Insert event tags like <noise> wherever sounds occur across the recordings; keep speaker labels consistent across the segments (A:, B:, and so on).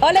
A: Hola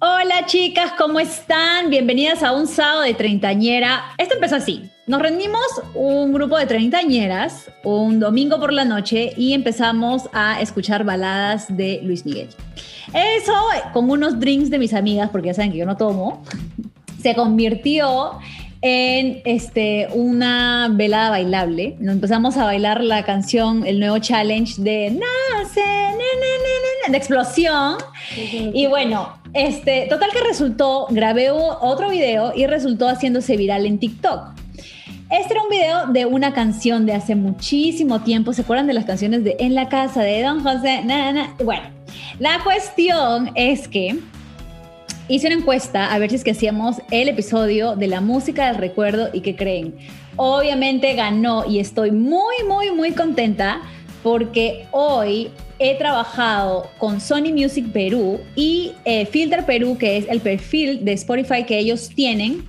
A: Hola chicas, ¿cómo están? Bienvenidas a un sábado de treintañera. Esto empezó así. Nos rendimos un grupo de treintañeras un domingo por la noche y empezamos a escuchar baladas de Luis Miguel. Eso, con unos drinks de mis amigas, porque ya saben que yo no tomo, <laughs> se convirtió en este, una velada bailable. Nos empezamos a bailar la canción, el nuevo challenge de Nace, ne, ne, ne, de explosión. Y bueno, este, total que resultó, grabé otro video y resultó haciéndose viral en TikTok. Este era un video de una canción de hace muchísimo tiempo. ¿Se acuerdan de las canciones de En la casa de Don José? Na, na? Bueno, la cuestión es que hice una encuesta a ver si es que hacíamos el episodio de la música del recuerdo y qué creen. Obviamente ganó y estoy muy, muy, muy contenta porque hoy he trabajado con Sony Music Perú y eh, Filter Perú, que es el perfil de Spotify que ellos tienen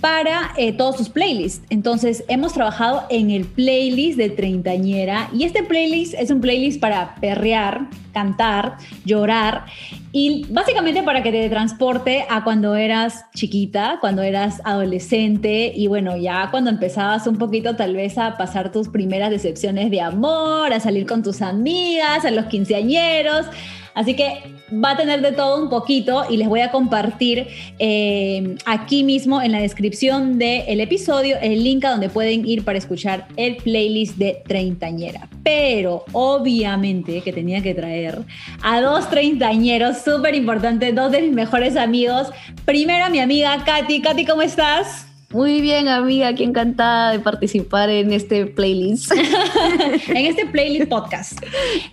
A: para eh, todos sus playlists. Entonces, hemos trabajado en el playlist de Treintañera y este playlist es un playlist para perrear, cantar, llorar y básicamente para que te transporte a cuando eras chiquita, cuando eras adolescente y bueno, ya cuando empezabas un poquito tal vez a pasar tus primeras decepciones de amor, a salir con tus amigas, a los quinceañeros. Así que va a tener de todo un poquito y les voy a compartir eh, aquí mismo en la descripción del de episodio el link a donde pueden ir para escuchar el playlist de treintañera. Pero obviamente que tenía que traer a dos treintañeros súper importantes, dos de mis mejores amigos. Primero a mi amiga Katy. Katy, ¿cómo estás?
B: Muy bien, amiga, qué encantada de participar en este
A: <laughs>
B: playlist.
A: en este playlist podcast.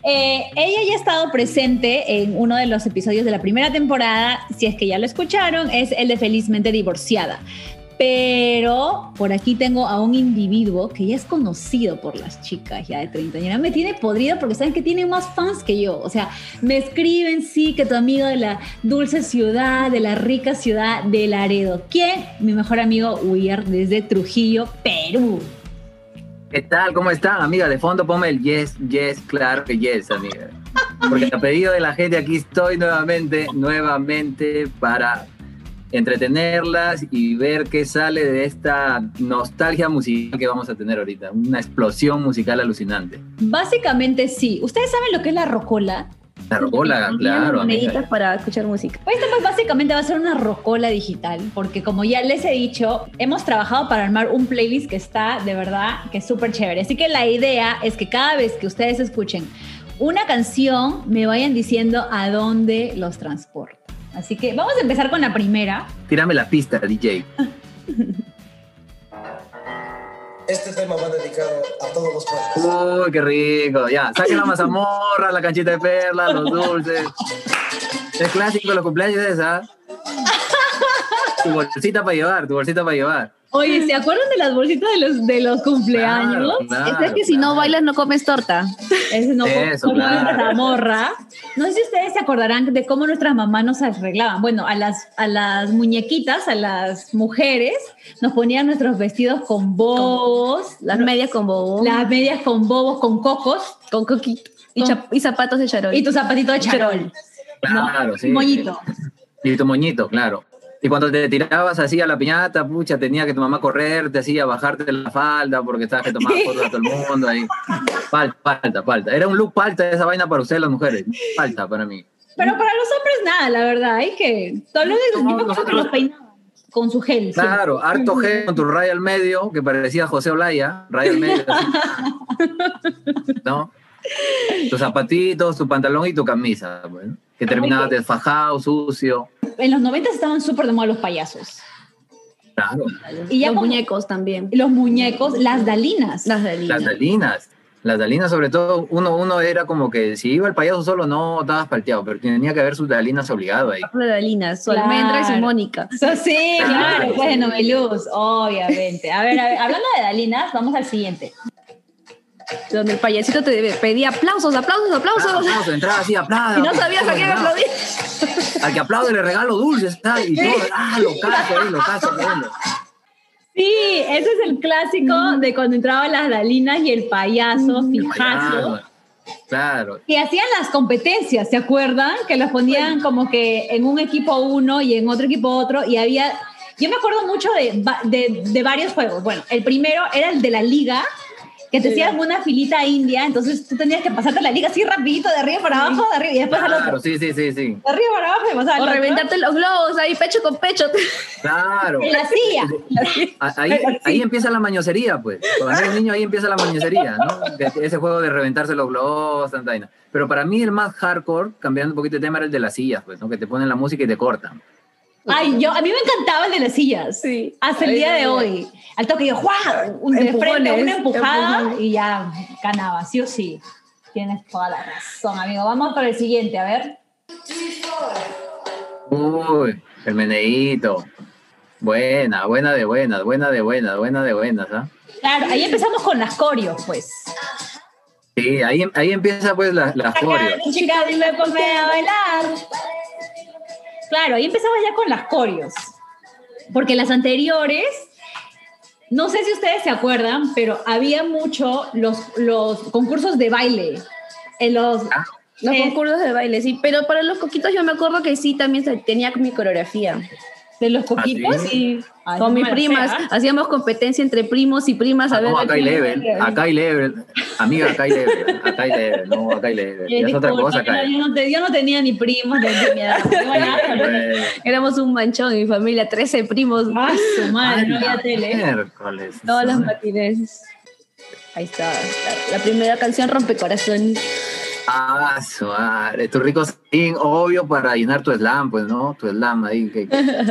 A: Eh, ella ya ha estado presente en uno de los episodios de la primera temporada, si es que ya lo escucharon, es el de Felizmente Divorciada. Pero por aquí tengo a un individuo que ya es conocido por las chicas ya de 30 años. Me tiene podrido porque saben que tiene más fans que yo. O sea, me escriben, sí, que tu amigo de la dulce ciudad, de la rica ciudad de Laredo. ¿Quién? Mi mejor amigo Weir desde Trujillo, Perú.
C: ¿Qué tal? ¿Cómo están, amiga? De fondo ponme el yes, yes, claro que yes, amiga. Porque a pedido de la gente aquí estoy nuevamente, nuevamente para entretenerlas y ver qué sale de esta nostalgia musical que vamos a tener ahorita, una explosión musical alucinante.
A: Básicamente sí. ¿Ustedes saben lo que es la rocola?
C: La rocola, claro.
B: Meditas para escuchar música.
A: Pues esto pues básicamente va a ser una rocola digital, porque como ya les he dicho, hemos trabajado para armar un playlist que está de verdad que es súper chévere. Así que la idea es que cada vez que ustedes escuchen una canción, me vayan diciendo a dónde los transporta. Así que vamos a empezar con la primera.
C: Tírame la pista, DJ.
D: Este tema va dedicado a todos los
C: padres. Uy, qué rico. Ya, saquen la mazamorra, la canchita de perla, los dulces. Es clásico los cumpleaños de esa. Tu bolsita para llevar, tu bolsita para llevar.
A: Oye, ¿se acuerdan de las bolsitas de los, de los cumpleaños?
B: Claro, claro, es que claro. si no bailas no comes torta.
A: Es no Eso, comes mazamorra. No sé si ustedes se acordarán de cómo nuestras mamás nos arreglaban. Bueno, a las, a las muñequitas, a las mujeres, nos ponían nuestros vestidos con bobos.
B: Las medias con bobos.
A: Las medias con bobos, con cocos.
B: Con coquitos. Y, y, zapatos de charol.
A: Y tu zapatito de charol.
C: Claro, ¿no? sí.
A: Moñito.
C: Y tu moñito, claro. Y cuando te tirabas así a la piñata, pucha, tenía que tu mamá correrte así a bajarte la falda porque estabas que tomabas fotos a todo el mundo ahí. Falta, falta, falta. Era un look falta esa vaina para ustedes las mujeres. Falta para mí.
A: Pero para los hombres nada, la verdad, es que todos los no, nosotros los peinaban con su gel.
C: Claro, siempre. harto gel con tu raya al medio, que parecía José Olaya, raya al medio.
B: <laughs>
C: Así. ¿No? Tus zapatitos, tu pantalón y tu camisa, bueno, que terminaba okay. desfajado, sucio
A: en los 90 estaban súper de moda los payasos.
C: Claro.
B: Y ya los muñecos también.
A: Los muñecos, las dalinas.
B: Las dalinas.
C: Las dalinas. Las dalinas, sobre todo, uno, uno era como que si iba el payaso solo no estabas palteado, pero tenía que haber sus dalinas obligado ahí.
B: de Dalina, su
A: Claro.
B: almendra y su Mónica.
A: So, sí, claro,
C: Claro.
A: pues de Noveluz, obviamente. A ver, a ver, hablando de Dalinas, vamos al siguiente.
B: Donde el payasito te debe- pedía aplausos, aplausos, aplausos.
A: Ah,
C: Aplausos, entraba así,
B: <laughs>
C: aplauda.
B: Y no sabías a quién aplaudir.
C: Al que aplaude le regalo dulces, tal, y todo, ah, lo caso, eh, lo caso, bueno.
A: Sí, ese es el clásico de cuando entraban las Dalinas y el payaso,
C: El
A: fijazo.
C: payaso. Claro,
A: Y hacían las competencias, ¿se acuerdan? Que las ponían como que en un equipo uno y en otro equipo otro. Y había, yo me acuerdo mucho de, va- de, de varios juegos. Bueno, el primero era el de la liga, que te hacían una filita india, entonces tú tenías que pasarte la liga así rapidito, de arriba para abajo, de arriba, y después al otro.
C: claro, sí, sí, sí, sí.
A: De arriba para abajo y pasaba al
B: O
A: otro.
B: reventarte los globos ahí, pecho con pecho.
A: <laughs>
C: Claro.
A: En la silla.
C: A- Ahí, ahí empieza la mañosería, pues. Cuando eres niño, ahí empieza la mañosería, ¿no? De- de ese juego de reventarse los globos, tanta vaina. Pero para mí el más hardcore, cambiando un poquito de tema, era el de las sillas, pues, ¿no? Que te ponen la música y te cortan.
A: Ay, yo, a mí me encantaba el de las sillas.
B: Sí.
A: Hasta el día
B: Ay,
A: de
B: ay,
A: hoy. Al toque yo, ¡guau! Un de
B: Empujones,
A: frente, una empujada
B: empujones.
A: y ya ganaba, sí o sí. Tienes toda la razón, amigo. Vamos para el siguiente, a ver.
C: Uy, el meneíto. Buena, buena de buenas, buena de buenas, buena de buenas, ¿ah?
A: Claro, ahí empezamos con las corios, pues.
C: Sí, ahí, ahí empieza pues la- las coreos.
A: Chica, dime ponme a bailar. Claro, ahí empezamos ya con las corios. Porque las anteriores, no sé si ustedes se acuerdan, pero había mucho los, los concursos de baile. En los,
C: Ah,
B: Los
A: eh,
B: concursos de baile, sí. Pero para los coquitos yo me acuerdo que sí, también se- tenía mi coreografía.
A: de los coquitos.
C: ¿Ah, sí?
B: Sí.
A: Ay, no
B: con mis
A: me la
B: primas.
A: sé, ¿ah?
B: Hacíamos competencia entre primos y primas.
C: Ah,
B: a ver,
C: no,
B: a
C: acá hay
B: quién
C: level, acá hay level. Amiga, acá hay level, acá hay level, no, acá hay level.
A: Eh,
C: Ya es otra
A: disculpa,
C: cosa acá.
A: yo, no te- yo no tenía ni primos desde mi edad.
C: <laughs> Sí, pues.
B: Éramos un manchón en mi familia, 13 primos.
A: Ah, su madre,
C: Ay,
A: no había
C: la
A: tele.
C: Miércoles.
B: Todas las matines. Ahí está. La, la primera canción Rompecorazón.
C: Ah, su madre. Tu rico skin, obvio, para llenar tu slam, pues, ¿no? Tu slam ahí que,
B: <laughs>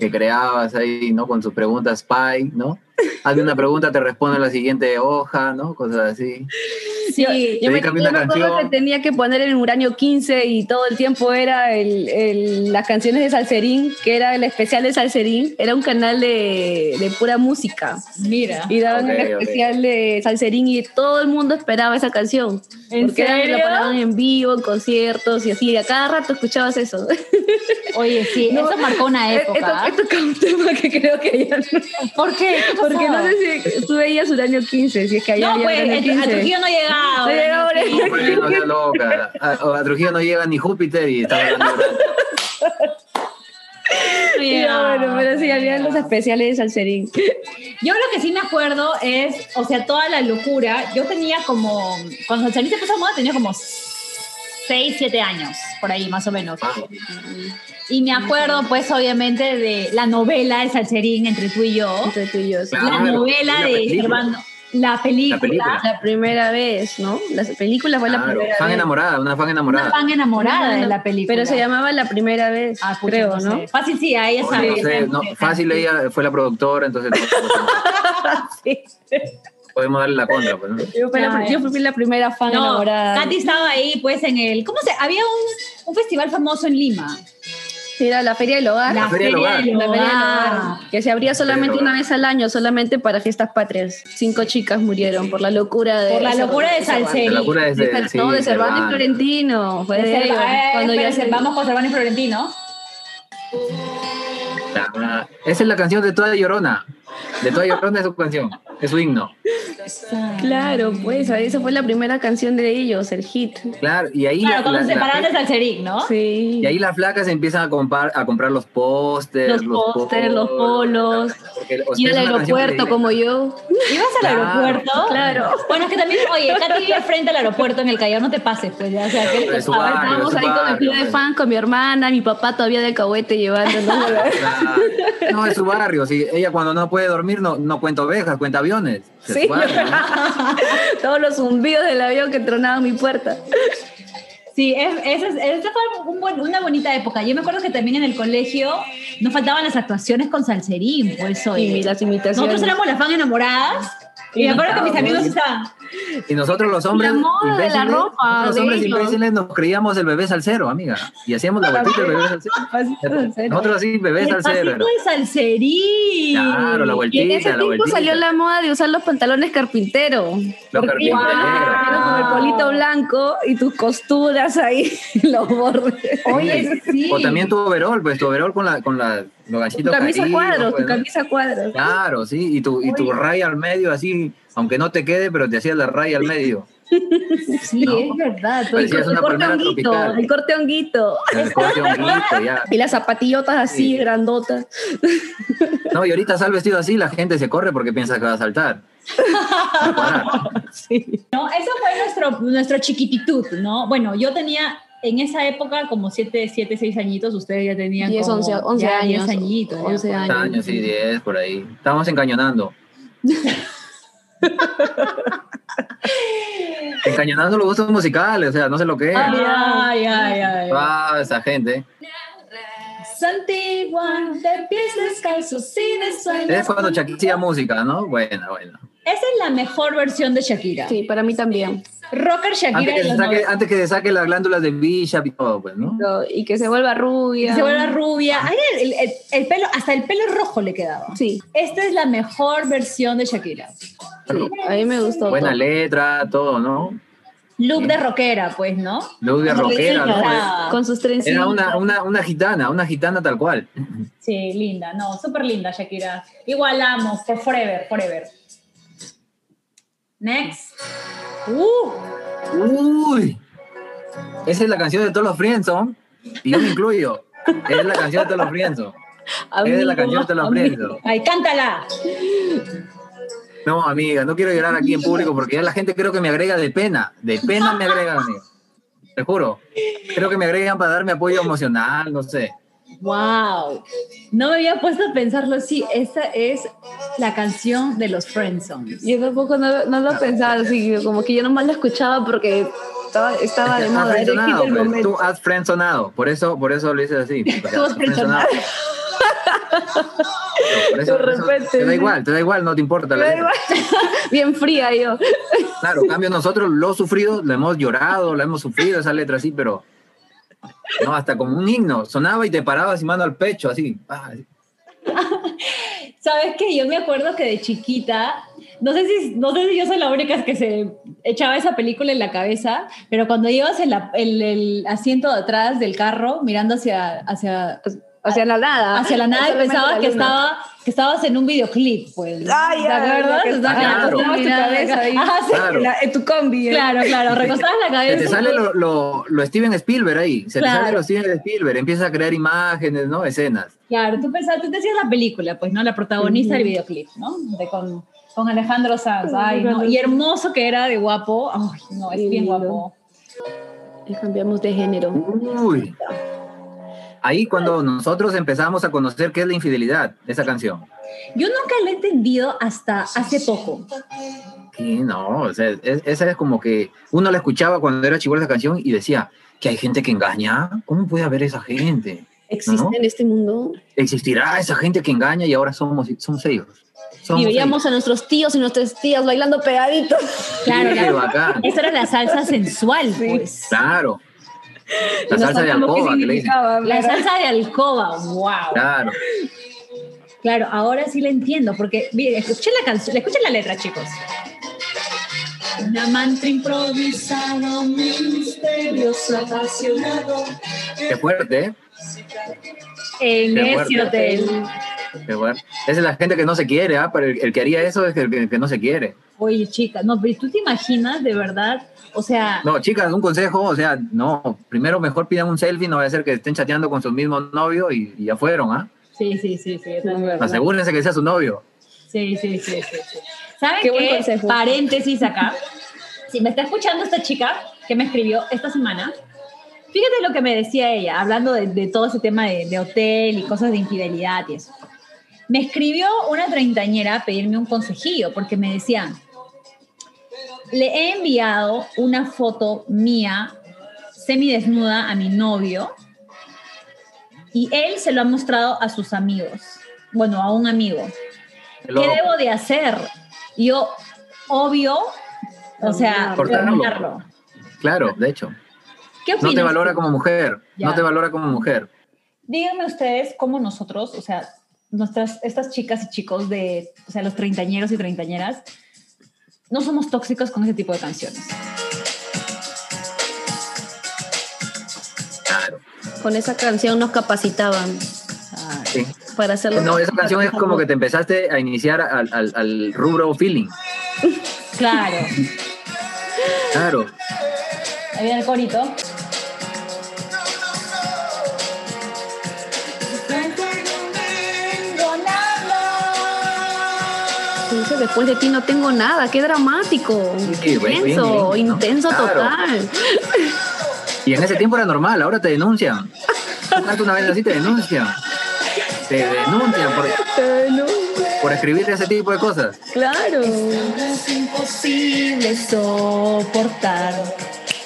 C: que creabas ahí, ¿no? Con sus preguntas spy, ¿no? Hazme una pregunta, te respondo en la siguiente hoja, ¿no? Cosas así.
B: Sí, yo, me,
C: dedícame
B: yo
C: una
B: me acuerdo que
C: canción.
B: tenía que poner el uranio 15 y todo el tiempo era el- el- las canciones de Salserín, que era el especial de Salserín, era un canal de, de pura música.
A: Mira.
B: Y daban
C: Ok,
B: el
C: ok.
B: especial de Salserín y todo el mundo esperaba esa canción.
A: ¿En
B: porque era-
A: serio?
B: la paraban en vivo, en conciertos y así. y a cada rato
A: <laughs>
B: escuchabas eso.
A: Oye, sí,
B: No,
A: eso marcó una época. ¿ah?
B: Esto, esto es un tema que creo que ya no.
A: ¿Por qué? ¿Qué
B: Porque
A: pasó?
B: no sé si tú veías Uranio 15, si es que allá
A: No,
B: había
A: pues,
B: Uranio
A: el- a
B: 15.
A: Trujillo no llegaba.
B: No llegaba
A: ahora
B: Uranio
A: sí.
C: No, pues, no seas loca. A, a Trujillo no llega ni Júpiter y está hablando de-
B: <laughs>
A: No
B: Y ya,
A: llegaba,
B: bueno, pero sí,
A: no
B: había los
A: llegaba.
B: especiales de Salserín.
A: Yo lo que sí me acuerdo es, o sea, toda la locura. Yo tenía como, cuando Salserín se puso de moda tenía como 6, 7 años, por ahí más o menos.
C: Ah.
A: Y me acuerdo, pues, obviamente, de la novela de Salserín entre tú y yo.
B: Entre tú y yo. sí.
C: Claro.
A: la novela
C: Ah, la
A: de
C: película.
A: Germán, la película,
C: La película.
B: La primera vez, ¿no? La película fue la
C: Claro,
B: primera
C: fan
B: vez.
C: enamorada, una fan
A: una
C: enamorada.
A: fan enamorada de la película.
B: Pero se llamaba La Primera Vez,
A: Ah, pucha,
B: creo,
A: no
B: ¿no?
A: sé. Fácil, sí, a ella
C: Oh,
A: sabe.
C: no sé, no, fácil ella fue la productora, entonces
B: <laughs> Sí.
C: podemos darle la contra, pues, ¿no?
B: Yo, fui la-
A: Claro.
B: yo fui la primera fan
A: eh. No,
B: enamorada.
A: Katy estaba ahí, pues, en el, ¿cómo se? Había un, un festival famoso en Lima.
B: Era Ah, la Feria del Hogar.
A: La,
C: Feria del Hogar.
A: del
B: La Feria del
A: Hogar.
B: Hogar, que se abría solamente
C: Hogar.
B: una vez al año, solamente para fiestas patrias. Cinco chicas murieron por la locura de
A: Por la locura de
B: Cervantes.
A: Salcedo.
C: De la cura de,
B: De Cer-
C: sí,
B: no, de Cervantes
C: Cervantes.
B: y Florentino. Fue de
A: Ese-
B: ellos,
A: eh,
B: cuando ya
A: espérense,
B: se-
A: Vamos con Servano y Florentino.
C: Ah, Esa es la canción de Toda Llorona. De Toda Llorona es su canción, es su himno.
B: Claro, pues esa fue la primera canción de ellos, el hit.
C: Claro, y ahí,
A: Claro,
C: la-
A: cuando
C: la-
A: se
C: la-
A: separaron de Salserín, ¿no?
B: Sí.
C: y ahí las flacas empiezan a, comprar a comprar los pósters,
B: Los pósters, los polos.
C: Porque, o sea,
B: Ir
C: es
B: al
C: una canción
B: aeropuerto
C: que-
B: como yo.
A: ¿Ibas al
C: Claro,
A: aeropuerto?
B: claro.
A: Bueno, es que también, oye, Katy vive frente al aeropuerto en el Callao, no te pases, pues ya. O sea, que
C: Pero es su
A: Ah,
C: barrio,
B: Estábamos
C: su
B: ahí con el
C: barrio,
B: club de
C: pues.
B: fan, con mi hermana, mi papá todavía de cahuete
A: <laughs>
B: llevándonos.
C: Claro. No, es su barrio. Si ella cuando no puede dormir no, no cuenta ovejas, cuenta aviones. Es
B: Sí.
C: su barrio, ¿no?
B: Todos los zumbidos del avión que tronaban mi puerta.
A: Sí, es- esa es- esa fue un buen- una bonita época. Yo me acuerdo que también en el colegio nos faltaban las actuaciones con Salserín, pues, por eso.
B: Y las imitaciones.
A: Nosotros éramos las fan enamoradas. Y me acuerdo que mis amigos estaban,
C: Y nosotros los hombres.
B: La moda de la
C: imbéciles,
B: ropa,
C: nosotros Los
B: de
C: hombres
B: ellos.
C: imbéciles nos creíamos el bebé salsero, amiga. Y hacíamos la vueltita del bebé salsero. Nosotros así, bebé
A: El
C: salsero.
A: pasito
C: era.
A: de salserín.
C: Claro, la
B: Y en ese
C: vueltita, la
B: tiempo
C: vueltita.
B: salió la moda de usar los pantalones carpintero.
C: Los
B: Porque iban
C: carpinteros,
B: carpinteros con el
A: claro.
B: polito blanco y tus costuras ahí, <laughs> los bordes.
A: Oye, sí.
C: O también tu overol, pues tu overol con, la, con la, los
B: Tu
C: ganchitos
B: camisa
C: caídos,
B: cuadros, tu
C: pues, ¿no?
B: camisa cuadros.
C: Claro, sí, y tu, y tu raya al medio así, aunque no te quede, pero te hacías la raya al
B: <laughs>
C: medio.
A: Sí,
C: No.
A: es verdad. todo el
C: Parecías
A: corte-
B: El
C: una
B: corte
C: palmera
B: honguito,
C: tropical.
B: el corte honguito.
C: El corte honguito, ya.
B: Y las zapatillotas así,
C: Sí.
B: grandotas.
C: No, y ahorita sal vestido así, la gente se corre porque piensa que va
B: <laughs>
C: a saltar. Va a parar.
A: No, esa fue nuestro, nuestra chiquititud, ¿no? Bueno, yo tenía en esa época como 7, 7, 6 añitos, ustedes ya tenían
B: 10,
A: como
B: 11, 11
A: ya 10
B: años,
A: añitos. ya.
B: 11 años.
C: años, sí, 10, por ahí. Estamos encañonando. encañonando los gustos musicales, o sea, no sé lo que es.
A: Ay, ay, ay, ay.
C: Ah, esa gente.
A: Santigua, de pies descalzos y de sueños.
C: Es cuando Shakira hacía música, ¿no? Bueno, bueno.
A: Esa es la mejor versión de Shakira.
B: Sí, para mí también.
A: Rocker Shakira
C: Antes que,
A: de
C: se
A: los
C: saque,
A: 90.
C: antes que se saque las glándulas de Bishop y todo, pues, ¿no?
B: No, Y que se vuelva rubia.
A: Se vuelve rubia. Ay, el, el- el pelo, hasta el pelo rojo le quedaba.
B: Sí,
A: Esta es la mejor versión de Shakira.
B: sí, a mí me gustó.
C: Buena
B: todo.
C: letra, todo, ¿no?
A: Look de rockera, pues, ¿no?
C: Luz de
A: Con
C: rockera,
A: trencitas.
C: ¿no?
B: Con sus trencitas.
C: Era una, una, una gitana, una gitana tal cual.
A: Sí, linda, no, súper linda Shakira. Igual la amo, for forever, forever. Next. Uh,
C: Uy, esa es la canción de todos los Friendzone. Y yo me incluyo. Es la canción de todos los Friendzone. Es de la canción de todos los Friendzone.
A: <laughs> ay, cántala.
C: No, amiga, no quiero llorar aquí en público porque ya la gente creo que me agrega de pena. De pena me agregan, amigo. Te juro. Creo que me agregan para darme apoyo emocional, no sé.
A: Wow. No me había puesto a pensarlo así. Esta es la canción de los Friendzones.
B: Yo tampoco no, no lo pensaba, así que como que yo nomás lo escuchaba porque estaba, estaba de
C: Has
B: moda, era el hit
C: friendzonado,
B: del
C: pues.
B: momento.
C: Tú has friendzonado. Por eso, por eso lo
B: <laughs>
C: hice así. porque has
A: has friendzonado.
C: No, <laughs>
B: De
C: por eso- por eso
B: repente,
C: te da
B: sí.
C: igual, te da igual, no te importa. la
B: Me da
C: letra.
B: igual. Bien fría yo.
C: Claro, en cambio nosotros lo sufrido, lo hemos llorado, lo hemos sufrido esa letra así, pero no, hasta como un himno, sonaba y te parabas y mano al pecho, así. ah, así.
A: ¿Sabes qué? Yo me acuerdo que de chiquita, no sé si, no sé si yo soy la única que se echaba esa película en la cabeza, pero cuando ibas en, la- en el asiento de atrás del carro mirando hacia, hacia,
B: O sea, la nada.
A: hacia la nada y
B: Solamente
A: pensabas
B: la
A: que,
B: luna.
A: estaba, que estabas en un videoclip, pues.
B: Ah, ya,
A: ¿Te acuerdas?
B: ya que
A: Estabas
C: claro.
A: recostabas tu
B: Mirada
A: cabeza
B: acá.
A: ahí.
B: Ajá, sí,
C: Claro.
B: en la- en tu combi. ¿eh?
A: Claro, claro, recostabas la
C: Se te
A: cabeza.
C: sale lo, lo- lo Steven Spielberg ahí, se
A: Claro.
C: te sale lo Steven Spielberg, empiezas a crear imágenes, ¿no? Escenas.
A: Claro, tú pensabas, tú te hacías la película, pues, ¿no? La protagonista del videoclip, ¿no? De con, con Alejandro Sanz. Ay, no. Y hermoso que era de guapo. Ay, no, es
B: Qué
A: bien
B: lindo.
A: guapo.
B: Y Cambiamos de género.
C: Uy. Ahí cuando nosotros empezamos a conocer qué es la infidelidad, esa canción.
A: Yo nunca lo he entendido hasta hace poco.
C: Sí, no, o sea, es- esa es como que uno la escuchaba cuando era chivo esa canción y decía que hay gente que engaña. ¿Cómo puede haber esa gente?
B: ¿Existe
C: ¿No?
B: en este mundo?
C: existirá esa gente que engaña y ahora somos, somos ellos. Somos
B: Y veíamos a nuestros tíos y nuestras tías bailando pegaditos.
C: ellos.
A: Claro,
C: Sí,
A: claro.
B: <laughs>
C: bacán.
A: Esa era la salsa sensual, pues.
C: Claro. La
B: Y no
C: salsa de
B: sabíamos qué
C: alcoba que le dicen.
B: significaba,
A: La
B: pero-
A: salsa de alcoba, wow.
C: Claro.
A: Claro, ahora sí la entiendo, porque mire, escuchen la canción, escuchen la letra, chicos.
E: Un amante improvisado, misterioso, apasionado.
C: Qué fuerte, ¿eh?
A: En
C: Qué
A: ese
C: fuerte.
A: hotel.
C: Qué fuerte. Esa es la gente que no se quiere, ¿ah? Pero el, el que haría eso es el que, el que no se quiere.
A: Oye, chica, no, pero tú te imaginas de verdad, o sea,
C: No, chicas, un consejo, o sea, no. Primero mejor pidan un selfie, no vaya a ser que estén chateando con su mismo novio y, y ya fueron, ¿ah?
A: sí, sí, sí, sí, es verdad.
C: Asegúrense que sea su novio.
A: Sí, sí, sí, sí. sí. ¿Saben
B: Qué
A: qué?
B: buen consejo.
A: Paréntesis acá. Si me está escuchando esta chica que me escribió esta semana, fíjate lo que me decía ella, hablando de, de todo ese tema de, de hotel y cosas de infidelidad y eso. Me escribió una treintañera a pedirme un consejillo porque me decían, le he enviado una foto mía semidesnuda a mi novio y él se lo ha mostrado a sus amigos, bueno, a un amigo.
C: Hello.
A: ¿Qué debo de hacer? Yo, obvio, O sea,
C: Cortarlo.
A: dominarlo.
C: Claro, de hecho.
A: ¿Qué
C: No
A: opinas?
C: te valora como mujer.
A: Ya.
C: No te valora como mujer.
A: Díganme ustedes cómo nosotros, o sea, nuestras, estas chicas y chicos de, o sea, los treintañeros y treintañeras, no somos tóxicos con ese tipo de canciones.
C: Claro.
B: Con esa canción nos capacitaban
A: Ah,
C: Sí.
B: para hacerlo.
C: No, esa canción es como que te empezaste a iniciar al, al- al rubro feeling. <laughs>
A: Claro.
C: Claro.
A: Ahí viene el corito.
B: Dice, Después de ti no tengo nada, qué dramático.
C: Sí, güey, bien,
B: intenso,
C: bien, ¿no?
B: intenso
C: Claro.
B: total.
C: Y en ese tiempo era normal, ahora te denuncian. Tú cantas una vez así, te denuncian. Te denuncian por, por escribir ese tipo de cosas.
B: Claro.
E: Es imposible.
A: De soportar.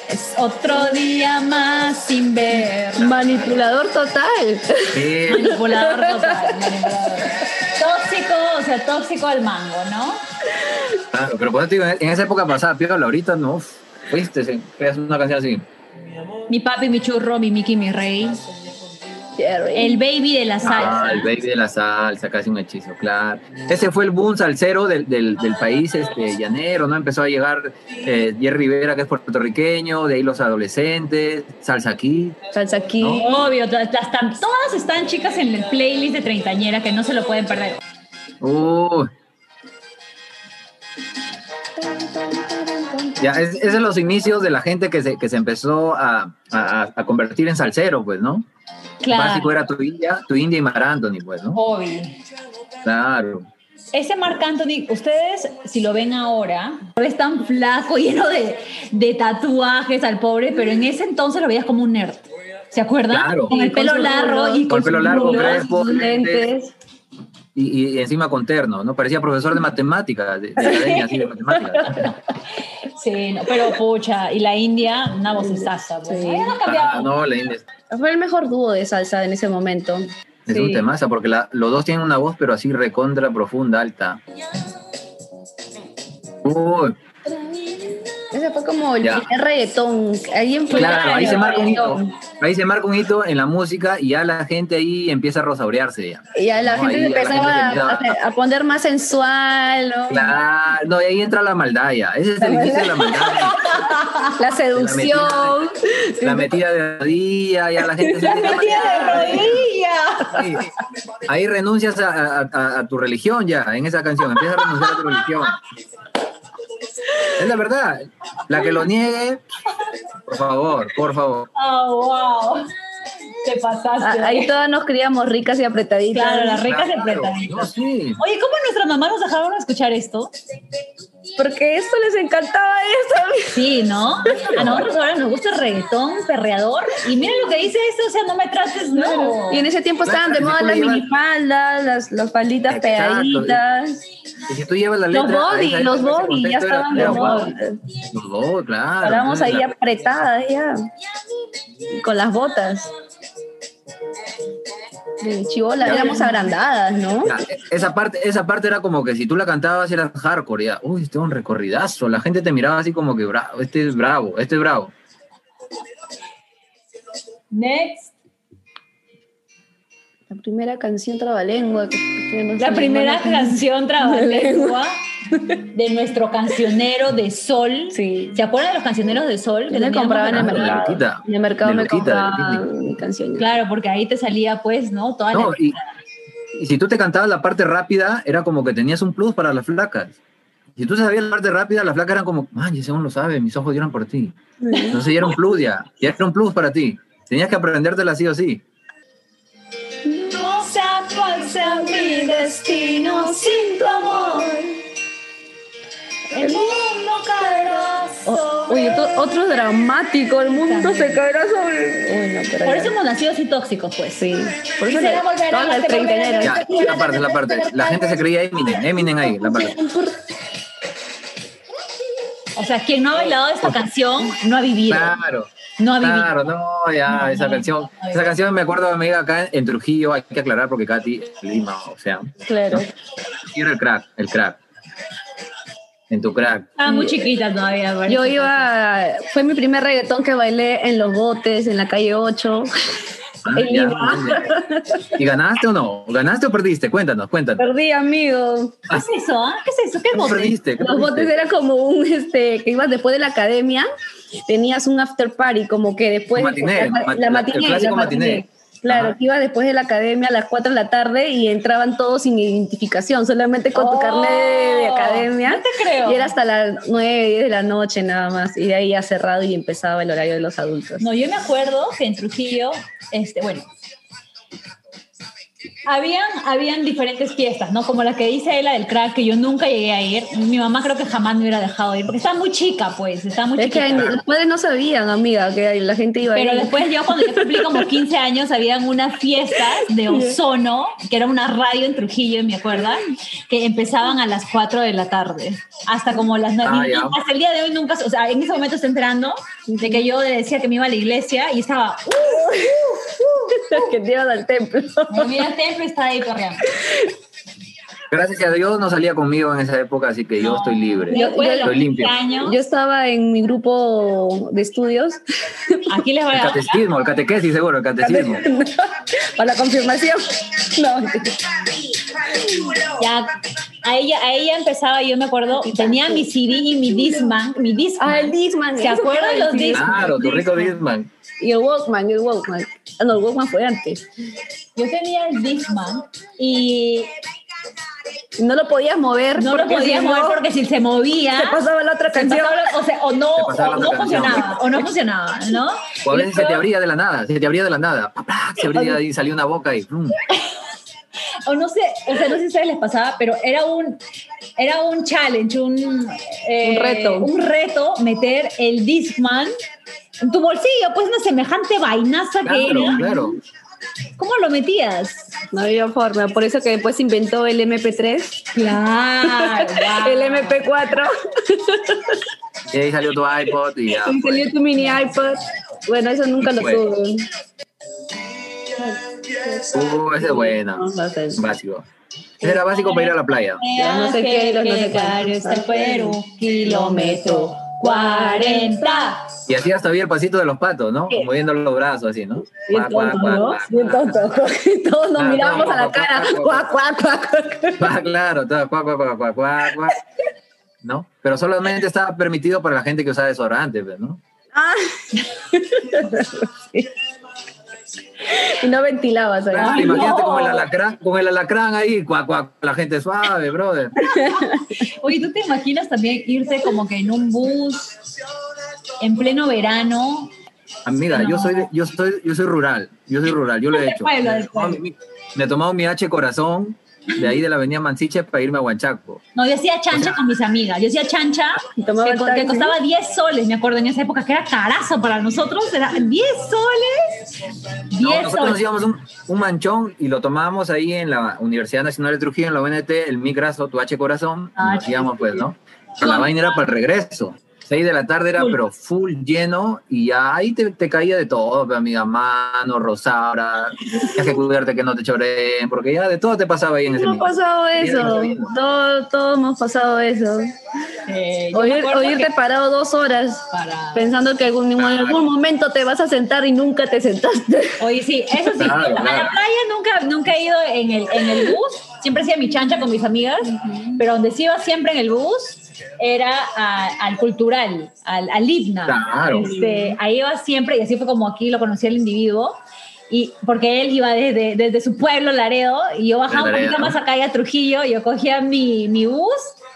A: Es otro día más sin ver.
B: Manipulador total.
A: <laughs>
C: Sí.
A: Manipulador total, manipulador. Tóxico, o sea, tóxico el mango, ¿no?
C: Claro, pero por eso te digo, en esa época pasaba piola, ahorita no. uf, Viste, se creas una canción así.
A: Mi papi, mi churro, mi Mickey, mi rey. El baby de la salsa.
C: Ah, el baby de la salsa, casi un hechizo, claro. Ese fue el boom salsero del, del, del país este, llanero, ¿no? Empezó a llegar eh, Jerry Rivera, que es puertorriqueño, de ahí los adolescentes, Salsa aquí.
B: Salsa aquí.
A: Obvio, todas, las tan- todas están chicas en el playlist de treintañera que no se lo pueden perder.
C: Ya, es, esos son los inicios de la gente que se, que se empezó a, a- a convertir en salsero, pues, ¿no? Básico
A: Claro,
C: era tu India, tu India y Mar Anthony, pues, ¿no?
A: obvio.
C: Claro.
A: Ese Marc Anthony, ustedes, si lo ven ahora, es tan flaco, <laughs> lleno de, de tatuajes al pobre, pero en ese entonces lo veías como un nerd. ¿Se acuerdan?
C: Claro.
A: Con el
B: Con
A: pelo
B: su
A: largo
B: rubro.
A: y
C: Con el pelo
A: sus
C: largo,
A: rulos.
C: crespo.
B: Los lentes.
C: Y, y encima con terno, ¿no? Parecía profesor de matemáticas, de, de academia, así, de matemáticas.
A: Sí, no, pero pucha, y la India, una vocesaza. Pues.
B: Sí.
A: Ay, no ha
C: Ah,
A: cambiado.
C: no, la India es,
B: Fue el mejor dúo de salsa en ese momento.
C: es
B: Sí.
C: un temaza, porque la- los dos tienen una voz, pero así recontra, profunda, alta. Uy,
B: Ese fue como el
C: Ya.
B: primer reggaetón. Alguien fue
C: claro, ahí se marca un hito.
B: reggaetón.
C: Ahí se marca un hito en la música y ya la gente ahí empieza a rosaurearse ya.
B: Y ya la
C: No,
B: gente se
C: ahí ya la
B: empezaba
C: gente
B: a- a, a poner más sensual, ¿no?
C: Claro, no, y ahí entra la maldad ya. Ese es el inicio de la maldad.
B: la seducción.
C: La metida de rodilla, ya la
B: <laughs>
C: gente se empieza a
A: Metida de rodilla.
C: Ahí, ahí renuncias a, a- a- a tu religión ya, en esa canción. Empiezas a renunciar a tu religión. Es la verdad. La que lo niegue, por favor, por favor.
A: Oh, wow. Te
B: A-
A: pasaste.
B: Ah, Ahí todas nos criamos ricas y apretaditas.
A: Claro, las ricas se
C: Claro,
A: pretan.
C: no, sí.
A: Oye, ¿cómo nuestras mamás nos dejaron escuchar esto?
B: Porque esto les encantaba eso.
A: Sí, ¿no? A nosotros ahora nos gusta el reggaetón, perreador. Y miren lo que dice esto, o sea, no me trates, no.
B: Y en ese tiempo estaban de
C: Claro,
B: moda
C: si tú
B: las
C: llevas-
B: minifaldas, las, las falditas
C: Exacto, y-
B: pegaditas.
C: Y si tú llevas la
B: Los
C: letra... a
B: body,
C: esa-
B: los
C: a ese
B: body, ya
C: contexto era-
B: estaban de
C: era guau.
B: moda.
C: Los body, claro.
B: Estábamos ahí
C: Entonces,
B: apretadas ya. Y Con las botas. De chivolas, éramos agrandadas, ¿no?
C: la- ya, e, esa parte, esa parte era como que si tú la cantabas era hardcore, ya, uy, este es un recorridazo, la gente te miraba así como que bravo, este es bravo, este es bravo.
A: Next.
B: La primera canción trabalengua. que- que no
A: La
B: sé,
A: primera
B: no- <laughs>
A: canción trabalengua de nuestro cancionero de sol.
B: Sí.
A: ¿Se acuerdan de los cancioneros de sol?
B: Yo me
A: teníamos?
B: compraba en el
C: Ah, de
B: mercado.
C: Loquita.
B: En el mercado
C: De
B: me
C: Loquita, de
B: compraba
C: Loquita.
B: mi canción.
A: Claro, porque ahí te salía, pues, ¿no? Toda
C: No,
A: la...
C: y, y si tú te cantabas la parte rápida, era como que tenías un plus para las flacas. Si tú sabías la parte rápida, las flacas eran como, man, ese uno lo sabe, mis ojos dieron por ti. Entonces ya era un plus ya, ya era un plus para ti. Tenías que aprendértela sí o sí.
E: No sé cuál sea mi destino sin tu amor. El mundo caerá.
A: Oh.
B: O- Oye, to- otro dramático, el mundo se caerá sobre. Uy, no, pero
A: Por
B: ya.
A: eso hemos nacido así tóxicos, pues.
B: Sí. Por eso
E: Quisiera
B: la-
E: volver a
B: todas las
A: este
E: nacer, volver a
B: treintañeras.
C: Ya, la parte, la parte. La gente se creía Eminem, Eminem ahí, la parte.
A: O sea, quien no ha bailado esta canción no ha vivido.
C: Claro,
A: No ha vivido.
C: claro, no, ya, esa canción. Esa canción me acuerdo de mi amiga acá en Trujillo, hay que aclarar porque Katy es Lima, o sea,
B: Claro.
C: y era el crack, el crack. en tu crack.
A: Estaba muy chiquita todavía. parece.
B: Yo iba, fue mi primer reggaetón que bailé en los botes, en la calle 8.
C: Ah,
B: <laughs> El
C: ya,
B: Lima.
C: muy bien. ¿Y ganaste o no? ¿Ganaste o perdiste? Cuéntanos, cuéntanos.
B: Perdí, amigo.
A: ¿Qué es eso? ah? ¿Qué es eso? ¿Qué
C: ¿Qué
A: bote?
C: perdiste? ¿Qué
B: Los
C: perdiste?
B: botes era como un, este, que ibas después de la academia, tenías un after party, como que después...
C: Un matiné,
B: la, la
C: ma- la-
B: matiné,
C: el clásico
B: la matiné.
C: matiné.
B: Claro,
C: Ajá.
B: que ibas después de la academia a las 4 de la tarde y entraban todos sin identificación, solamente con tu
A: Oh,
B: carnet de, de academia.
A: no te creo.
B: Y era hasta las 9, 10 de la noche nada más. Y de ahí ya cerrado y empezaba el horario de los adultos.
A: No, yo me acuerdo que en Trujillo, este, bueno, habían, habían diferentes fiestas, ¿no? Como la que dice la del crack, que yo nunca llegué a ir. Mi mamá creo que jamás me hubiera dejado ir, porque estaba muy chica, pues, estaba muy
B: es que
A: chiquita.
B: en- los padres no sabían, amiga, que la gente iba
A: Pero
B: ahí. <laughs>
A: después yo cuando yo cumplí como 15 años habían unas fiestas de Ozono, que era una radio en Trujillo, me acuerdo, que empezaban a las 4 de la tarde, hasta como las 9.
C: Ah, ya.
A: hasta el día de hoy nunca, o sea, en ese momento estoy entrando de que yo decía que me iba a la iglesia y estaba,
B: que te ibas
A: <laughs>
B: al templo.
A: me voy al templo y estaba ahí corriendo.
C: Gracias a Dios no salía conmigo en esa época, así que yo estoy libre.
B: Yo-
A: Después de los
C: estoy
A: 15
C: limpio.
A: años,
B: Yo estaba en mi grupo de estudios
A: aquí les voy
C: El
A: a...
C: catecismo, el catequesis, seguro, el catecismo.
B: <laughs> para la confirmación. No.
A: Ya, a ella, a ella empezaba, yo me acuerdo, tenía mi CD y mi Disman, mi
B: Ah, el
A: Disman.
B: Disman.
A: ¿Se acuerdan los
B: Disman?
A: Disman?
C: Claro, tu rico Disman.
B: Y el Walkman, y el Walkman. Ah, no, el Walkman fue antes.
A: Yo tenía el Disman y
B: Y no lo podías mover.
A: no lo
B: porque
A: podía
B: si no,
A: mover porque si se movía
B: se pasaba la otra
A: se
B: canción.
A: pasaba- o sea, o no,
C: Se pasaba
A: o
C: la
A: no
C: canción.
A: funcionaba, o no funcionaba, ¿no?
C: O Pues a veces se te
A: Luego-
C: abría de la nada, se te abría de la nada. Pa, pa, Se abría y salió una boca y mm, ¡pum!
A: o no sé, o sea, no sé si a ustedes les pasaba, pero era un, era un challenge, un, eh,
B: Un reto.
A: un reto meter el Discman en tu bolsillo, pues una semejante vainaza que
C: Claro,
A: era.
C: claro.
A: ¿Cómo lo metías?
B: No había forma. Por eso que después se inventó el MP3,
A: Claro, guau.
B: <laughs> el MP4,
C: Y ahí salió tu iPod y ya.
B: <laughs> y
C: pues.
B: salió tu mini iPod. Bueno, eso nunca lo
C: Bueno.
B: tuve.
C: Uh, ese es buena.
B: No, no sé.
C: Básico. Ese era básico para ir a la playa.
B: Ya no sé qué, no sé cuánto.
A: este Perú, kilómetro 40.
C: Y así hasta había el pasito de los patos, ¿no?
B: Sí.
C: Moviendo los brazos así, ¿no?
B: Bien
C: Cuac, cuac,
B: tonto,
C: cuac,
B: ¿no?
C: cuac,
B: Bien
C: cuac.
B: tonto. <laughs> Todos nos
C: Ah,
B: miramos
C: no,
B: a la
C: no,
B: cara.
C: no, no, no.
B: Cuac, cuac, cuac, cuac.
C: <laughs> Ah, claro, todo, cuac, cuac, cuac, cuac, cuac, cuac. ¿No? Pero solamente estaba permitido para la gente que usaba desodorante, pues, ¿no?
B: Ah. Y no ventilabas.
C: Pero
B: ¿verdad?
C: imagínate
A: no.
C: con, el alacrán, con el alacrán ahí, cuac, cuac, la gente suave, brother.
A: Oye, ¿tú te imaginas también irte como que en un bus, en pleno verano?
C: Amiga, Ah, yo soy, de- yo soy, yo soy rural, yo soy rural, yo lo he
A: Del
C: hecho.
A: pueblo,
C: me,
A: del
C: he tomado
A: pueblo.
C: mi- me he tomado mi H corazón de ahí de la avenida Mansiche para irme a Huanchaco.
A: No, yo hacía chancha con mis amigas. Yo hacía chancha que,
B: Tomaba el
A: co- que
B: taxi.
A: costaba 10 soles, me acuerdo en esa época, que era carazo para nosotros. Era 10 soles. 10
C: No, nosotros nos
A: soles.
C: íbamos un, un manchón y lo tomábamos ahí en la Universidad Nacional de Trujillo, en la UNT, el mi graso, tu H corazón, y
A: Ah,
C: nos íbamos pues, ¿no? Pero la vaina era para el regreso. 6 de la tarde era,
A: Full.
C: pero full lleno, y ya ahí te, te caía de todo, pues, amiga, mano, rosabra, tenías que cuidarte que no te choreen, porque ya de todo te pasaba ahí en ese
B: No ha
C: momento.
B: pasado eso.
C: Bien, bien.
B: Todo- Todos hemos pasado eso.
A: Eh, yo me
B: Oír,
A: acuerdo
B: oírte
A: que
B: parado dos horas
A: para-
B: pensando que algún- en algún momento te vas a sentar y nunca te sentaste. <laughs>
A: Oye, sí, eso sí.
C: Claro,
A: a
C: claro.
A: la playa nunca, nunca he ido en el, en el bus. Siempre hacía mi chancha con mis amigas, pero donde sí iba siempre en el bus era a- al cultural, al, al ITNA.
C: Claro.
A: Este, ahí iba siempre, y así fue como aquí lo conocí al individuo. Y porque él iba desde, desde su pueblo, Laredo, y yo bajaba un
C: Laredo.
A: poquito más acá y a Trujillo, yo cogía mi, mi bus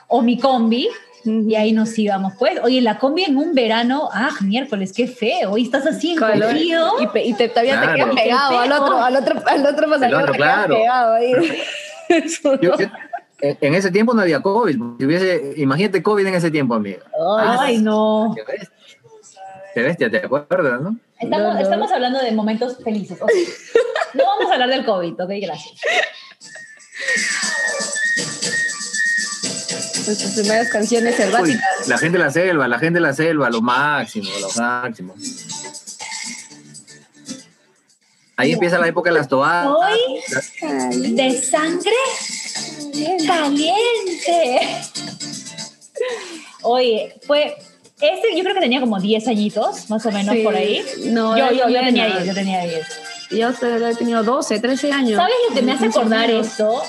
A: o mi combi, y ahí nos íbamos. Pues, oye, la combi en un verano, ah, miércoles, qué feo, y estás así
B: Calor.
A: encogido.
B: Y, pe- y te, todavía
C: Claro.
B: te quedas pegado al otro, al otro, al otro pasajero.
C: otro,
B: te quedas
C: claro.
B: pegado ahí. <laughs> Eso,
C: Yo-
B: ¿no?
C: yo- en en ese tiempo no había COVID. Si hubiese- imagínate COVID en ese tiempo, amiga.
A: Oh. Ay, no.
C: Qué bestia. Qué bestia, te acuerdas, ¿no?
A: Estamos,
B: No, no.
A: estamos hablando de momentos felices. ok. No vamos a hablar del COVID, ok, gracias.
B: Nuestras pues, primeras canciones
C: Uy,
B: herbáceas.
C: la gente de la selva, la gente de la selva, lo máximo, lo máximo. Ahí empieza la época de las
B: Ah,
C: toadas.
A: Hoy, de sangre caliente. Oye, fue. Este yo creo que tenía como 10 añitos, más o menos,
B: Sí.
A: por ahí.
B: No,
A: yo,
B: era
A: yo, yo
B: menos.
A: tenía 10, yo tenía 10.
B: Yo te- he tenido 12, 13 años.
A: ¿Sabes lo que me hace
B: Mucho
A: acordar
B: menos.
A: esto?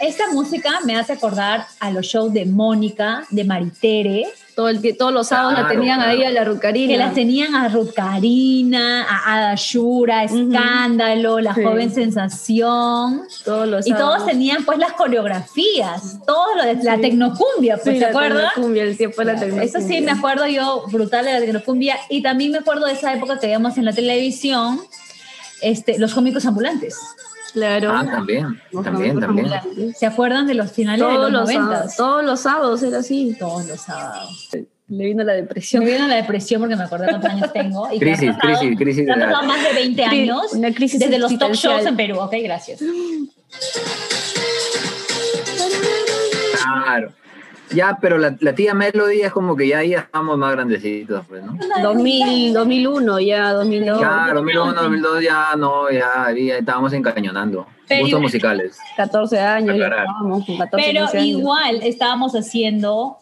A: Esta música me hace acordar a los shows de Mónica, de Maritere,
B: Todo el, tie- todos los sábados la
C: Claro,
B: tenían
C: claro.
B: ahí a la rucarina.
A: que las tenían a Ruth Karina, a Ada Shura, a
B: Ujú.
A: Escándalo, La
B: Sí.
A: Joven Sensación.
B: todos los
A: Y todos
B: sábados.
A: tenían pues las coreografías, todo lo de la tecnocumbia, pues,
B: Sí,
A: ¿te
B: la
A: acuerdas?
B: tecnocumbia, el tiempo de la tecnocumbia.
A: Eso sí, me acuerdo yo brutal de la tecnocumbia y también me acuerdo de esa época que veíamos en la televisión este, los cómicos ambulantes.
B: Claro.
C: Ah, también,
B: Los
C: también,
B: famosos
C: también.
B: ambulantes.
A: ¿Se acuerdan de los finales de
B: Todos
A: los
B: los, sábados,
A: noventas?
B: todos los sábados era así.
A: Todos los sábados.
B: Le vino la
A: Yo me
B: depresión.
A: vino la depresión porque me acordé cuántos años tengo. Y que
C: Crisis,
A: han pasado-
C: crisis, crisis de
A: Han pasado
C: edad.
A: más de 20
B: Cri-
A: años
B: una crisis
A: desde los talk
B: existencial.
A: shows en Perú. Ok, gracias.
C: Claro. Ya, pero la, la tía Melody es como que ya ahí estamos más grandecitos, pues, ¿no?
B: 2000, 2001 ya, 2002.
C: Claro, 2001, 2002 ya no, ya, había- estábamos encañonando.
A: Pero
C: gustos
A: igual-
C: musicales.
B: 14 años, ya
C: Aclarar.
B: estábamos con 14
A: Pero
B: 15 años.
A: igual estábamos haciendo